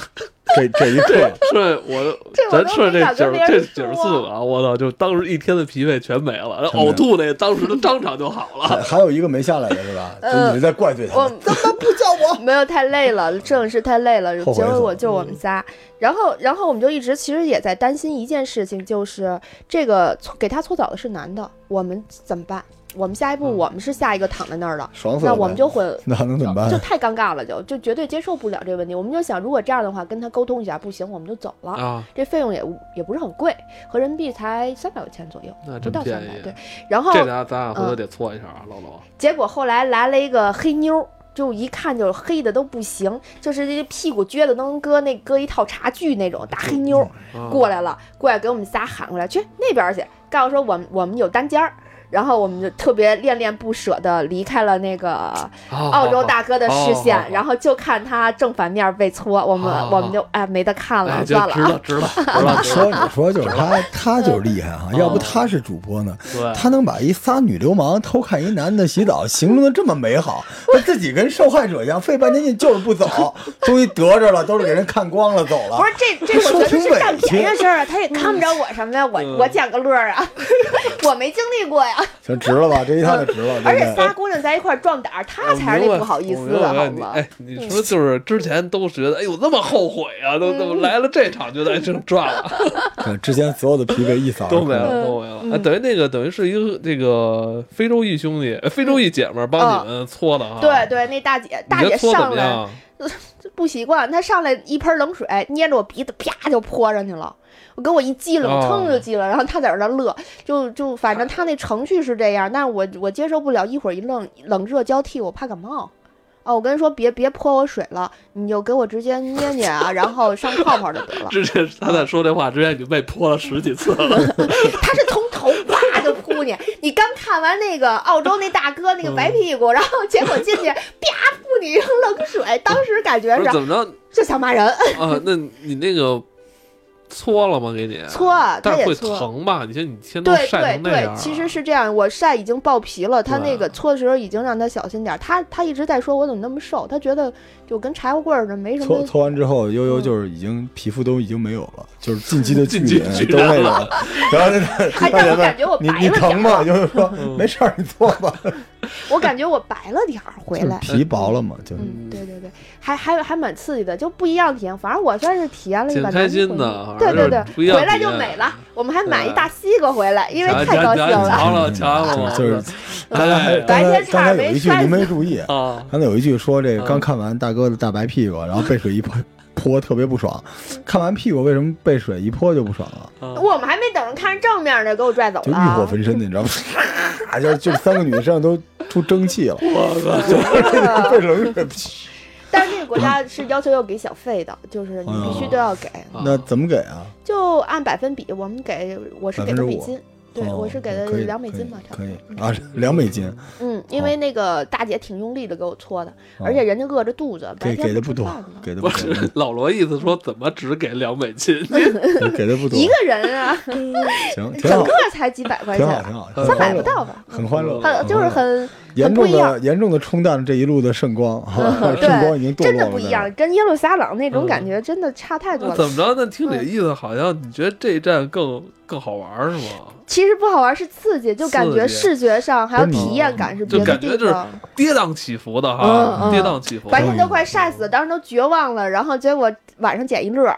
S4: 这这一
S1: 这 [LAUGHS]
S4: 刻，
S1: 顺我
S2: 这我
S1: 咱
S2: 都
S1: 顺
S2: 没
S1: 这
S2: 敢
S1: 姐
S2: 跟
S1: 儿
S2: 别人
S1: 这姐
S2: 说
S1: 儿四个啊，我操，就当时一天的疲惫全没了，然后呕吐那当时的当场就好 [LAUGHS] 了。
S4: 还还有一个没下来的是吧？就
S2: 呃
S4: 你是在怪罪他 [LAUGHS]
S2: 我
S4: 们，怎么不叫我？
S2: [LAUGHS] 没有太累了，摄影师太累了，
S4: 后
S2: 结
S4: 悔
S2: 果
S4: 死了
S2: 我就我
S4: 嗯
S2: 们仨，然后然后我们就一直其实也在担心一件事情，就是这个搓给他搓澡的是男的，我们怎么办？我们下一步
S1: 嗯
S2: 我们是下一个躺在那儿的，
S4: 爽死了
S2: 那
S4: 呗！
S2: 我们就混。
S4: 那还能怎么办
S2: 就？太尴尬了就，就绝对接受不了这个问题。我们就想，如果这样的话，跟他沟通一下，不行，我们就走了。
S1: 啊，
S2: 这费用也无也不是很贵，合人民币才三百块钱左右，
S1: 那
S2: 不
S1: 真
S2: 到
S1: 便
S2: 三百。
S1: 宜。
S2: 对，哦嗯然后
S1: 嗯这俩咱俩回头得搓一下啊，老罗。
S2: 结果后来来了一个黑妞儿，就一看就是黑的都不行，就是这屁股撅的能搁那搁一套茶具那种大黑妞儿
S1: 啊
S2: 过来了，过来给我们仨喊过来，去那边儿去，告诉说我们我们有单间儿。然后我们就特别恋恋不舍的离开了那个
S1: 啊
S2: 澳洲大哥的视线，
S1: 好好好
S2: 然后就看他正反面被搓，我们、
S1: 好好好
S2: 我们就哎没得看
S1: 哦哎
S2: 了，
S1: 就
S2: 算了
S1: 值
S2: 啊
S1: [LAUGHS] 了，值了，值了，值
S2: [LAUGHS]
S4: 说
S1: 了。
S4: 你说就是他，他就是厉害哈，
S1: 嗯
S4: 要不他是主播呢？
S1: 对，
S4: 他能把一仨女流氓偷看一男的洗澡形容的这么美好， [LAUGHS] 他自己跟受害者一样，费半天劲就是不走， [LAUGHS] 终于得着了，都是给人看光了走了
S2: 不。是这这，我觉得是占便宜的事儿啊，他也看不着我什么呀，我 [LAUGHS]
S1: 嗯
S2: 我捡个乐儿啊，我没经历过呀，呀！
S4: 行，值了吧？这一趟就值了，
S2: [LAUGHS] 而
S4: 对
S2: 且
S4: 不
S2: 仨
S4: 对？
S2: 姑娘在一块儿壮胆儿，她
S1: 哎我
S2: 才是
S1: 明
S2: 那
S1: 白
S2: 不好
S1: 我
S2: 意思
S1: 明白
S2: 的，好
S1: 你
S2: 吗？
S1: 哎，你说就是之前都是觉得，哎呦那么后悔啊，都
S2: 嗯
S1: 都来了这场觉得哎真赚了，
S4: 嗯之前所有的疲惫一
S2: 嗯
S4: 扫而
S1: 都没
S4: 空。
S1: 了都没了，哎等于那个等于是一个这个非洲裔兄弟、呃非洲裔姐们儿帮你们搓的啊，
S2: 嗯对，对，那大姐大
S1: 你
S2: 姐
S1: 这搓怎
S2: 上
S1: 么
S2: 来
S1: 样？啊
S2: 不习惯，她上来一盆冷水捏着我鼻子，啪就泼上去了。我给我一激灵，
S1: 哦
S2: 腾就激灵，然后她在那儿乐，就就反正她那程序是这样，但是我我接受不了，一会儿一冷冷热交替，我怕感冒。哦，我跟你说，别别泼我水了，你就给我直接捏捏啊，然后上泡泡就得了。
S1: 之前他在说这话之前已经被泼了十几次
S2: [LAUGHS]
S1: 了，
S2: 他是从头啪就扑你。你刚看完那个澳洲那大哥那个
S1: 嗯
S2: 白屁股，然后结果进去啪扑你一冷水，当时感觉
S1: 不是
S2: 是
S1: 怎么着
S2: 就想骂人，
S1: 啊？那你那个搓了吗？给你
S2: 搓啊他
S1: 但是
S2: 也
S1: 会
S2: 搓。
S1: 疼吧？你先你先都
S2: 对
S1: 晒
S2: 对
S1: 成那样
S2: 对
S1: 啊，，
S2: 其实是这样，我晒已经爆皮了，他
S1: 对啊
S2: 那个搓的时候已经让他小心点儿。他他一直在说我怎么那么瘦，他觉得就跟柴火棍儿似的，没什
S3: 搓
S2: 么。
S3: 搓完之后，悠悠
S2: 嗯
S3: 就是已经皮肤都已经没有
S1: [LAUGHS]
S3: 了，
S4: 就是进击的巨
S1: 进击
S4: 人
S1: 巨
S4: 都
S1: 人
S4: 那
S1: [LAUGHS]
S4: 种，然后那
S2: 还
S4: 个大
S2: 让
S4: 姐
S2: 我感觉我
S4: 问你
S2: 白
S4: 你
S2: 了
S4: 疼
S2: 点
S4: 吗？
S2: 儿，
S4: 就是说
S1: 嗯
S4: 没事儿，你坐吧。
S2: 我感觉我白了点儿回
S3: 就是
S2: 来。
S3: 皮薄了嘛，就是
S2: 嗯，对对对，还还还蛮刺激的，就不一样体验。反正我算是体验了一
S1: 挺
S2: 把
S1: 开
S2: 难
S1: 心
S2: 回
S1: 的
S2: 忆
S1: 反
S2: 对
S1: 正
S2: 对
S1: 就是不一
S2: 对，
S1: 样
S2: 回来
S1: 体
S2: 就
S1: 验啊
S2: 美了。我们还买一
S1: 对
S2: 大西瓜回来，因为太高兴
S4: 嗯
S1: 瞧
S2: 了。
S1: 瞧嗯了瞧了我，
S3: 就是
S1: 哎
S2: 白
S4: 刚才
S2: 天
S4: 刚
S2: 差
S4: 才
S2: 点没
S4: 有一句
S2: 晒
S4: 您没注意，
S1: [LAUGHS] 啊，
S4: 刚才有一句说这个
S1: 嗯
S4: 刚看完大哥的大白屁股，然后被水一泼 [LAUGHS] 泼特别不爽。看完屁股为什么被水一泼就不爽了？
S1: 啊
S2: 我们还没等着看正面呢，给我拽走
S4: 就
S2: 了
S4: 欲
S2: 啊。
S4: 火焚身的，你知道吗？ [LAUGHS] 唰就是就是三个女的身上都出蒸汽了， [LAUGHS] 被冷水。
S2: 但是那个国家是要求要给小费的，就是你必须都要给，
S1: 啊
S4: 那怎么给啊？
S2: 就按百分比，我们给我是给的美金，对
S4: 哦
S2: 我是给的
S4: 可以
S2: 两美金嘛，差不
S4: 可
S2: 多
S4: 以。可以啊，两美金，
S2: 嗯，因为那个大姐挺用力的给我搓的，而且人家饿着肚子，白
S4: 哦给
S2: 天
S4: 给的
S2: 不吃
S4: 不多
S2: 饭呢，
S4: 给的不
S1: 不
S4: 多，
S1: 是老罗意思说怎么只给两美金？
S2: 哎
S4: [LAUGHS] 给的不多
S2: 一，个人啊，
S4: 行， [LAUGHS] 挺
S2: 整
S4: 好
S2: 个，才几百块
S4: 挺好，
S2: 钱
S4: 挺，好，
S1: 三
S2: 三
S4: 很
S2: 百
S4: 欢
S2: 不
S4: 乐，
S2: 到吧？
S4: 很欢乐，
S2: 很就是很
S4: 严
S2: 不
S4: 重
S2: 一样嗯
S4: 的严重的冲淡了这一路的圣光，啊， [LAUGHS] 圣光已经
S2: 对，
S4: 堕落嗯
S2: 真
S4: 了。
S2: 的不一样，跟耶路撒冷那种感觉真的差太多
S1: 那
S2: 了。
S1: 怎么着？那听你的
S2: 嗯
S1: 意思，好像你觉得这一站更更好玩儿是吗？
S2: 其实不好玩是刺激，就感觉
S1: 刺激
S2: 视觉上还有
S4: 不是你
S2: 体验感是
S1: 就
S2: 别的
S1: 感觉
S2: 地
S1: 就是
S2: 方。
S1: 跌宕起伏的
S2: 嗯
S1: 哈，
S2: 嗯
S1: 跌宕起伏。
S2: 白天都快晒死，当时都绝望了，然后结果晚上捡一乐儿，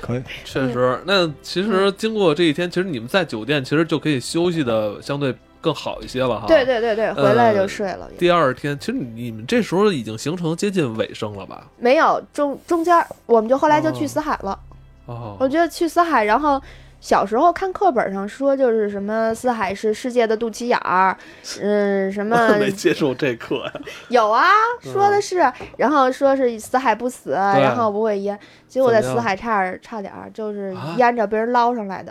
S4: 可以，
S1: 确实，那其实
S2: 嗯
S1: 经过这一天，其实你们在酒店其实就可以休息的相对更好呃一些了哈。
S2: 对。对对对，回来就睡了。
S1: 第二天，其实你们这时候已经行程接近尾声了吧？
S2: 没有中中间儿，我们就后来就去
S1: 哦
S2: 死海了。
S1: 哦，
S2: 我觉得去死海，然后小时候看课本上说，就是什么死海是世界的肚脐眼儿，嗯，什
S1: [LAUGHS]
S2: 么
S1: 没接受这课呀。
S2: 有啊，
S1: 嗯
S2: 说的是，然后说是死海不死，然后不会淹，结果在
S1: 怎么
S2: 死
S1: 样
S2: 海差点差点儿就是
S1: 啊
S2: 淹着被人捞上来的，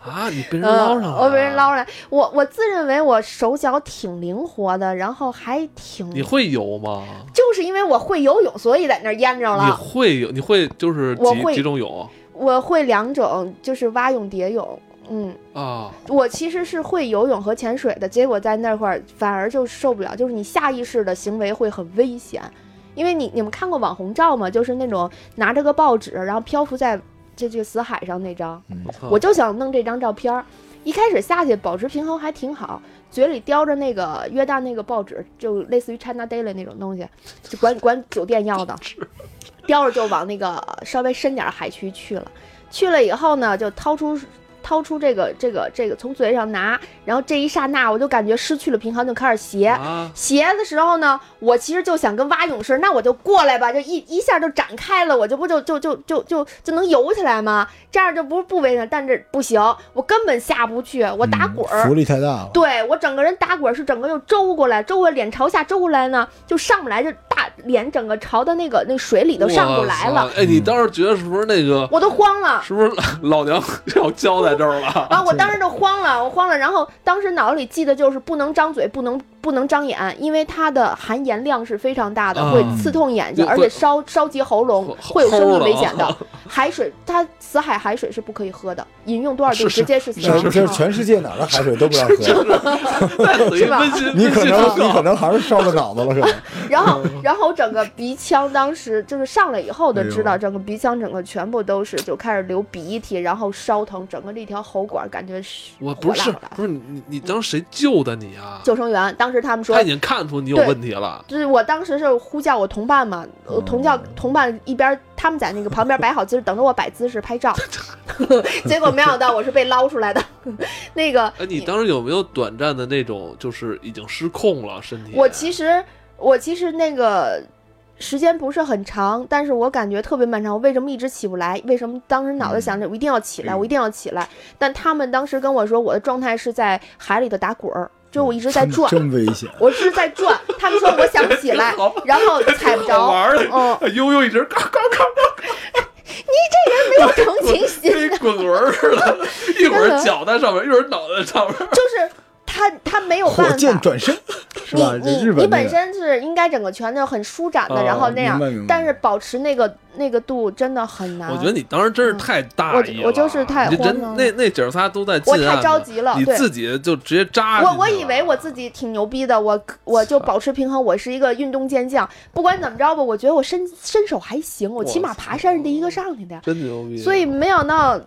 S1: 啊，你被
S2: 嗯，
S1: 人捞上来了，啊
S2: 我被人捞上来，我我自认为我手脚挺灵活的，然后还挺，
S1: 你会游吗？
S2: 就是因为我会游泳，所以在那儿淹着
S1: 你
S2: 了。
S1: 会游？你会就是
S2: 我
S1: 几
S2: 会
S1: 几种泳
S2: 我会两种，就是蛙泳、蝶泳，嗯。
S1: 啊？
S2: 我其实是会游泳和潜水的，结果在那会儿反而就受不了，就是你下意识的行为会很危险，因为你你们看过网红照吗？就是那种拿着个报纸，然后漂浮在这这个死海上那张，
S4: 嗯，
S2: 我就想弄这张照片儿。一开始下去保持平衡还挺好，嘴里叼着那个约旦那个报纸，就类似于 China Daily 那种东西，就管管酒店要的，叼着就往那个稍微深点儿海区去了。去了以后呢，就掏出掏出这个这个这个从嘴上拿，然后这一刹那我就感觉失去了平衡，就开始斜。
S1: 啊，
S2: 斜的时候呢，我其实就想跟蛙泳似的，那我就过来吧，就一一下就展开了，我这不就就就就就就能游起来吗？这样就不是不危险，但这不行，我根本下不去，我打滚儿。
S4: 浮力太嗯大了。
S2: 对我整个人打滚儿是整个又周过来，周过来脸朝下周过来呢，就上不来，就大脸整个朝到那个那水里头上不来
S1: 哇
S2: 了，嗯
S1: 塞。哎，你当时觉得是不是那个？
S2: 我都慌了。
S1: 是不是老娘要交在这儿了？
S2: [LAUGHS] 然后我当时就慌了，我慌了。然后当时脑子里记得就是不能张嘴，不能不能张眼，因为它的含盐量是非常大的，
S1: 啊
S2: 会刺痛眼睛，
S1: 会
S2: 而且烧烧及喉咙，
S1: 会
S2: 会有生命危险
S1: 齁
S2: 的
S1: 了。
S2: 海水，它死海海水是不可以喝的，饮用多少度
S1: 是是
S2: 直接是死
S1: 是
S2: 亡
S1: 是
S4: 这
S2: 之
S4: 这
S2: 后。
S4: 全世界哪儿的海水都不让
S1: [LAUGHS]
S4: 喝，
S1: 属于
S2: 是吧
S1: 温馨
S4: 你
S1: 温
S4: 可
S1: 馨
S4: 能
S1: 时
S4: 你可
S1: 刻。
S4: 能还是烧了脑子了，可能。
S2: 然后，然后整个鼻腔当时就是上来以后
S3: 哎
S2: 的
S3: 呦
S2: 知道，整个鼻腔整个全部都是就开始流鼻涕，然后烧疼，整个那条喉管感觉是
S1: 我不
S2: 火
S1: 是
S2: 辣火辣
S1: 不是你你当时谁救的你啊？
S2: 救生员，当时他们说
S1: 他已经看出你有
S2: 对
S1: 问题了。
S2: 就是我当时是呼叫我同伴嘛，呃，同叫同伴一边他们在那个旁边摆好姿势，等着我摆姿势拍照， [LAUGHS] 结果没想到我是被捞出来的。 [LAUGHS] 那个
S1: 哎，你当时有没有短暂的那种，就是已经失控了身体？啊
S2: 我其实我其实那个时间不是很长，但是我感觉特别漫长。我为什么一直起不来？为什么当时脑子想着我一定要起来，我一定要起来？但他们当时跟我说，我的状态是在海里头打滚儿，就是 [LAUGHS] 我一直在转，
S4: 真危险。
S2: 我是在转。他们说我想起
S1: [LAUGHS]
S2: 来
S1: 真好，
S2: 然后踩不
S1: 好玩
S2: 着
S1: 儿的，[LAUGHS]
S2: 嗯。
S1: 悠悠一直嘎嘎嘎
S2: 没 [LAUGHS] 有同情心，
S1: 跟一滚轮儿似
S2: [LAUGHS]
S1: 的，一会儿脚在上面，一会儿脑袋在上面。
S2: 就是他他没有
S4: 火
S2: 办
S4: 箭
S2: 法。
S4: 转身是吧？
S2: 你你
S4: 日
S2: 你本
S4: 本那个
S2: 身是应该整个全就很舒展的，
S1: 哦
S2: 然后那样
S3: 明白明白，
S2: 但是保持那个那个度真的很难。
S1: 我觉得你当时真是太大意了，
S2: 啊嗯我我就是太
S1: 你
S2: 慌
S1: 人
S2: 张了
S1: 那那姐儿仨都在近
S2: 我
S1: 岸呢，
S2: 太着急了
S1: 你
S2: 对
S1: 自己就直接扎进去
S2: 我
S1: 了。
S2: 我以为我自己挺牛逼的，我我就保持平衡，我是一个运动健将。不管怎么着吧，我觉得我身身手还行，我起码爬山是第一个上去的呀。
S1: 真牛逼，
S2: 所以没想到，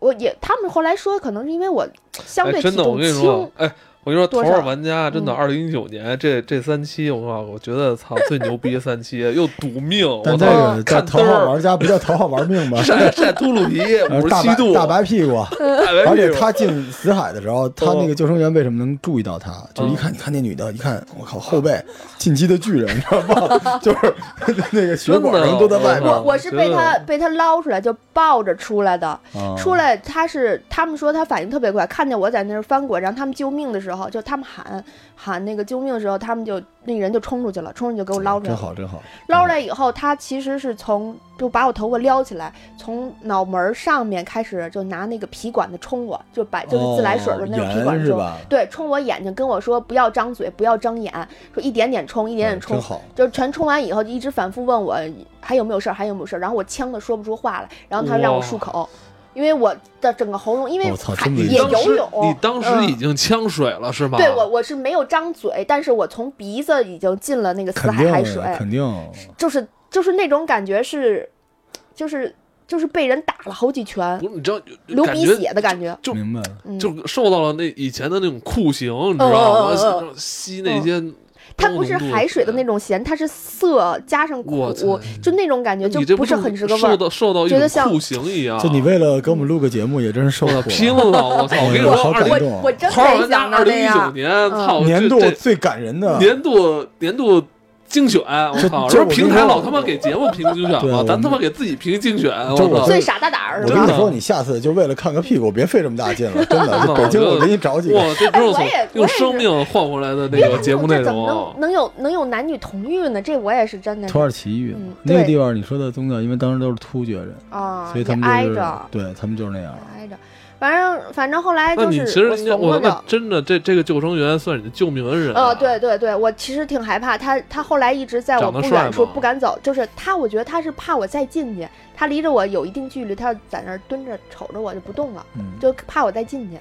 S2: 我也他们后来说，可能是因为我相
S1: 哎
S2: 对体
S1: 真的，我
S2: 重
S1: 跟你
S2: 轻
S1: 说，，哎。我跟你说，头
S2: 多
S1: 号
S2: 少
S1: 玩家啊真的，
S2: 嗯
S1: 二零一九年这这三期，我靠，我觉得操最牛逼三期，又赌命，我
S4: 但这
S1: 操，
S4: 个叫
S1: 看
S4: 头
S1: 灯
S4: 号
S1: 儿？
S4: 玩家，不叫头号玩命
S1: [LAUGHS]
S4: 吧
S1: 晒晒秃噜皮，
S4: [LAUGHS] 呃
S1: 五十
S4: 大
S1: 七
S4: 白
S1: 度，哎
S4: 大白屁股，
S1: 大白
S4: 而且
S1: 屁股
S4: 他进死海的时候，他
S1: 嗯
S4: 那个救生员为什么能注意到他？就是一看，你看那女的，一看，我靠，后背进击的巨人，你知道吗？ [LAUGHS] 就是那个血管上都在外
S1: 真的
S4: 面
S1: 啊
S2: 我我是
S1: 我觉
S2: 被
S1: 得
S2: 他被他捞出来就抱着出来的，
S1: 嗯
S3: 啊
S2: 出来他是他们说他反应特别快，看见我在那儿翻滚，然后他们救命的时候，就他们喊喊那个救命的时候，他们就那人就冲出去了，冲出去就给我捞出来
S4: 真
S2: 了。
S4: 好真嗯好。
S2: 捞出来以后，他其实是从就把我头发撩起来，从脑门儿上面开始就拿那个皮管子冲我，就把就是自来水的那种皮
S4: 哦
S2: 管
S4: 圆
S2: 子
S4: 是
S2: 冲，
S4: 吧？
S2: 对，冲我眼睛，跟我说不要张嘴，不要睁眼，说一点点冲，一点点
S4: 嗯
S2: 冲
S4: 真，好，
S2: 就全冲完以后，就一直反复问我还有没有事儿，还有没有事儿。然后我呛得说不出话来，然后他让我
S1: 哇
S2: 漱口，因为我的整个喉咙，因为
S4: 我操
S2: 还
S4: 真没
S2: 也
S4: 想
S1: 当
S2: 游
S1: 时
S2: 泳，
S1: 你当时已
S2: 嗯
S1: 经呛水了是吗？
S2: 对我我是没有张嘴，但是我从鼻子已经进了那个死
S4: 肯
S2: 海海
S4: 定
S2: 水，
S4: 肯定。
S2: 就是就是那种感觉是，就是就是被人打了好几拳
S1: 不，是你知道
S2: 流
S1: 感
S2: 鼻
S1: 觉
S2: 血的感觉。
S1: 就
S3: 明白了，
S2: 嗯，
S1: 就受到了那以前的那种酷刑，你知道吗？
S2: 嗯嗯嗯嗯
S1: 然后 [LAUGHS] 吸那些，
S2: 它不是海水的那
S1: 种，
S2: 种咸，它是涩加上
S1: 我
S2: 苦
S1: 操，
S2: 就那种感觉，就
S1: 你这
S2: 不是很是个味
S1: 受
S2: 儿。
S1: 到受到
S2: 觉
S1: 一种
S2: 得像
S1: 酷刑一样。
S4: 就你为了给我们录个节目，也真是受
S1: 啊我
S4: 苦
S1: 拼
S4: 了。
S1: 了，我操！我跟你
S4: 我
S1: 说，
S4: 好
S1: 二
S4: 感
S1: 零
S2: 我
S4: 动啊
S2: 我真
S1: 头号
S2: 没
S1: 玩家
S2: 想
S1: 二
S2: 到
S1: 零
S2: 那
S1: 一九
S2: 样。嗯
S1: 年，操，
S4: 年度
S1: 这这
S4: 最感人的，
S1: 年度年度精选，我
S4: 这
S1: 操！
S4: 这
S1: 说
S4: 我
S1: 平
S4: 跟
S1: 台
S4: 你说
S1: 老他妈给节目评精选
S4: 对
S1: 了，
S4: 我
S1: 咱他
S4: 们
S1: 妈给自己评精选，啊我
S4: 这我
S1: 操！
S2: 最傻大胆儿
S4: 我
S2: 是
S4: 跟
S2: 吧
S4: 你？说，你下次就为了看个屁股，别费这么大劲了，真
S1: [LAUGHS]
S4: 的。就北京，我给你找几个。
S1: 哇，这只有
S2: 哎我也哎
S1: 从用生命换回来的那个节目内
S2: 这怎么
S1: 容哦啊
S2: 能，能有能有男女同浴呢？这我也是真的
S3: 土耳其语
S2: 嗯
S3: 那个
S2: 对
S3: 地方，你说的宗教，因为当时都是突厥人，
S2: 啊，
S3: 所以他们
S2: 挨
S3: 就是
S2: 着
S3: 对他们就是那样。
S2: 挨着，反正反正后来
S1: 那
S2: 哎就
S1: 你
S2: 是
S1: 其实应该，
S2: 我
S1: 我
S2: 怂
S1: 他
S2: 恿
S1: 妈
S2: 着。
S1: 真的，这这个救生员算你的救命恩人、啊。
S2: 呃，对，对对，我其实挺害怕他，他后来一直在我
S1: 长得
S2: 不
S1: 帅
S2: 远处
S1: 吗
S2: 不敢走，就是他，我觉得他是怕我再进去，他离着我有一定距离，他要在那儿蹲着瞅着我就不动了，
S3: 嗯，
S2: 就怕我再进去。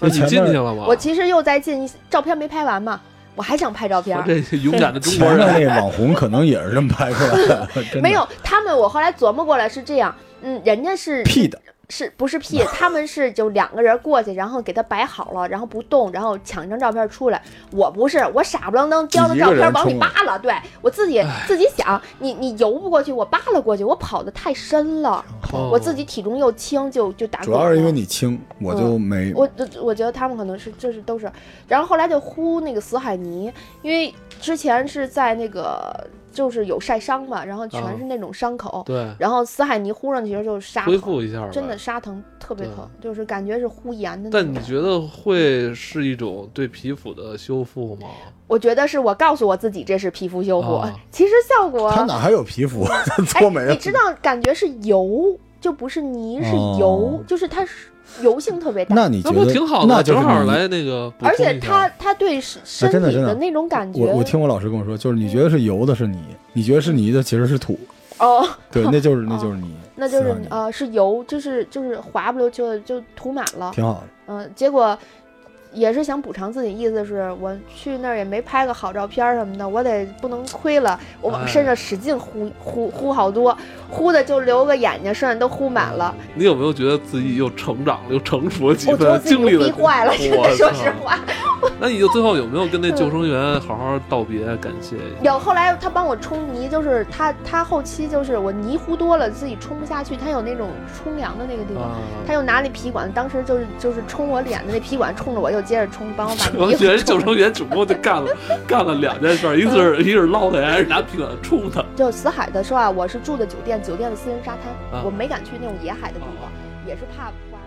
S1: 那你
S3: 前面
S1: 进去了吗？
S2: 我其实又再进，照片没拍完嘛，我还想拍照片
S1: 我
S2: 儿。
S1: 这勇敢的中
S4: 前
S1: 国
S4: 面
S1: 人，
S4: 那个网红可能也是这么拍出来
S2: [LAUGHS]
S4: 的，真的
S2: 没有，他们我后来琢磨过来是这样，嗯，人家是
S4: 屁的，
S2: 是不是 P？他们是就两个人过去，然后给他摆好了，然后不动，然后抢一张照片出来。我不是，我傻不愣登叼着照片往里
S4: 啊
S2: 扒拉，对我自己自己想，你你游不过去，我扒拉过去，我跑的太深了，
S1: 哦
S2: 我自己体重又轻，就就打
S4: 主
S2: 滚
S4: 要是因
S2: 了
S4: 为你轻，我就没。
S2: 嗯我我我觉得他们可能是这是都是，然后后来就呼那个死海泥，因为之前是在那个就是有晒伤嘛，然后
S1: 啊
S2: 全是那种伤口，
S1: 对
S2: 然后死海泥呼上去就是沙
S1: 恢
S2: 疼，
S1: 复一下吧。
S2: 真的。沙疼特别
S1: 对
S2: 疼，就是感觉是呼炎的那
S1: 但你
S2: 种。
S1: 觉得会是一种对皮肤的修复吗？
S2: 我觉得是我告诉我自己这是皮肤修复，
S1: 啊
S2: 其实效果
S4: 他哪还有皮肤？ [LAUGHS] 搓没
S2: 哎，
S4: 了
S2: 你。知道感觉是油，就不是泥，是油，
S4: 哦
S2: 就是它是油性特别大。
S3: 那你觉
S1: 那不
S3: 得
S1: 挺好的
S3: 那
S1: 吗？
S3: 就是
S1: 正好
S3: 你
S1: 来那个补
S2: 而
S1: 充
S2: 且
S1: 一
S2: 它
S1: 下。
S2: 它对身身
S3: 真的
S2: 体
S3: 真的
S2: 那种感觉，
S3: 我我听
S2: 过
S3: 我老师跟我说，就是你觉得是油的是你，你觉得是泥的其实是土，
S2: 哦， [LAUGHS]
S3: 对，那就是那就是泥，
S2: 那就是
S3: 让你
S2: 呃是油，就是就是滑不溜秋的就涂满了，
S3: 挺好的。
S2: 嗯、结果也是想补偿自己，意思是我去那儿也没拍个好照片儿什么的，我得不能亏了，我往
S1: 哎
S2: 身上使劲呼呼呼好多，呼的就留个眼睛，剩下都呼满了，
S1: 你有没有觉得自己又成长了，又成熟了几
S2: 我觉得
S1: 分？
S2: 自己
S1: 经历
S2: 牛
S1: 了
S2: 逼
S1: 几，
S2: 坏了，真
S1: 我
S2: 的说
S1: 操
S2: 实话。嗯
S1: 那你就最后有没有跟那救生员好好道别，感谢一下？
S2: 有后来他帮我冲泥，就是他他后期就是我泥糊多了，自己冲不下去，他有那种冲凉的那个地方。
S1: 啊，
S2: 他又拿那皮管，当时就是就是冲我脸的那皮管冲着我，又接着冲，帮我把
S1: 我
S2: 泥
S1: 觉得
S2: 冲
S1: [LAUGHS] 救生员总共就干了干了两件事儿，一次是一是捞他，还是拿皮管冲他。
S2: 就死海的时候啊，我是住的酒店，酒店的私人沙滩，
S1: 啊
S2: 我没敢去那种野海的地方，也是怕刮。